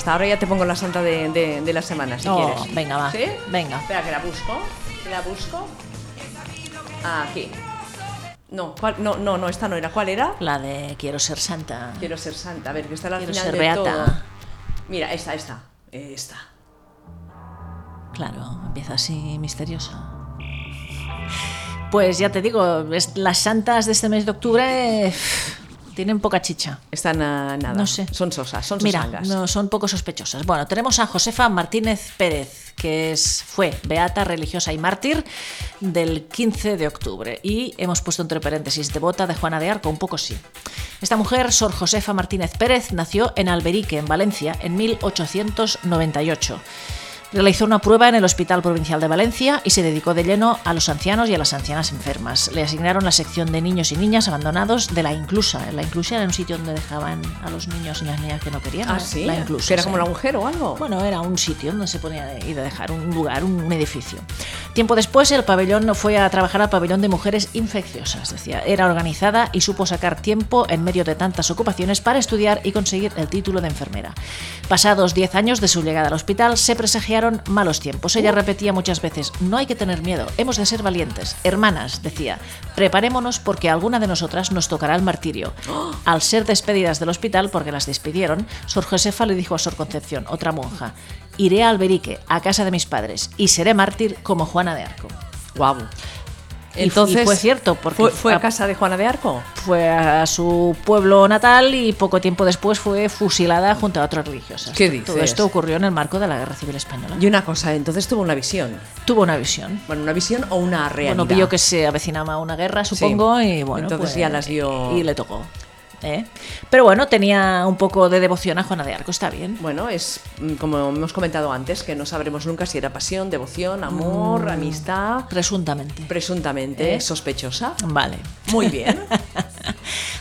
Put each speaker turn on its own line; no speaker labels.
Hasta ahora ya te pongo la santa de, de- de la semana, si
Oh,
quieres.
venga, va.
¿Sí?
Venga.
Espera, que la busco. que La busco. Aquí. No, ¿cuál? no, no, no, esta no era. ¿Cuál era?
La de Quiero ser santa.
Quiero ser santa. A ver, que está la
Quiero
final
ser
de
beata.
todo. Mira, esta, esta. Esta.
Claro, empieza así misteriosa. Pues ya te digo, es- las santas de este mes de octubre eh, tienen poca chicha.
Están a nada.
No sé.
Son sosas, son
Mira,
sosangas.
no, son poco sospechosas. Bueno, tenemos a Josefa Martínez Pérez, que es, fue beata, religiosa y mártir del 15 de octubre. Y hemos puesto entre paréntesis devota de Juana de Arco, un poco sí. Esta mujer, Sor Josefa Martínez Pérez, nació en Alberique, en Valencia, en 1898. Realizó una prueba en el Hospital Provincial de Valencia y se dedicó de lleno a los ancianos y a las ancianas enfermas. Le asignaron la sección de niños y niñas abandonados de la inclusa. La inclusa era un sitio donde dejaban a los niños y las niñas que no querían.
Ah,
¿no?
sí.
La inclusa.
¿Que era
sí.
como el agujero o algo?
Bueno, era un sitio donde se ponía ir a dejar un lugar, un, un edificio. Tiempo después, el pabellón fue a trabajar al pabellón de mujeres infecciosas. Decía, era organizada y supo sacar tiempo en medio de tantas ocupaciones para estudiar y conseguir el título de enfermera. Pasados 10 años de su llegada al hospital, se presagiaron malos tiempos. Pues Ella repetía muchas veces: No hay que tener miedo, hemos de ser valientes. Hermanas, decía, preparémonos porque alguna de nosotras nos tocará el martirio. Al ser despedidas del hospital, porque las despidieron, Sor Josefa le dijo a Sor Concepción, otra monja, iré a Alberique, a casa de mis padres, y seré mártir como Juana de Arco.
Guau.
Y- y fue cierto, porque
¿Fue, fue
a-
a casa de Juana de Arco?
Fue a su pueblo natal y poco tiempo después fue fusilada junto a otras religiosas.
¿Qué
Todo
dices?
esto ocurrió en el marco de la Guerra Civil Española.
Y una cosa, entonces tuvo una visión.
Tuvo una visión.
Bueno, una visión o una realidad.
Bueno, vio que se avecinaba una guerra, supongo, y bueno.
Entonces
pues,
ya las dio-
Y le tocó. ¿eh? Pero bueno, tenía un poco de devoción a Juana de Arco, está bien.
Bueno, es mm, como hemos comentado antes, que no sabremos nunca si era pasión, devoción, amor, amistad,
Presuntamente.
presuntamente
¿Eh?
sospechosa.
vale.
Muy bien.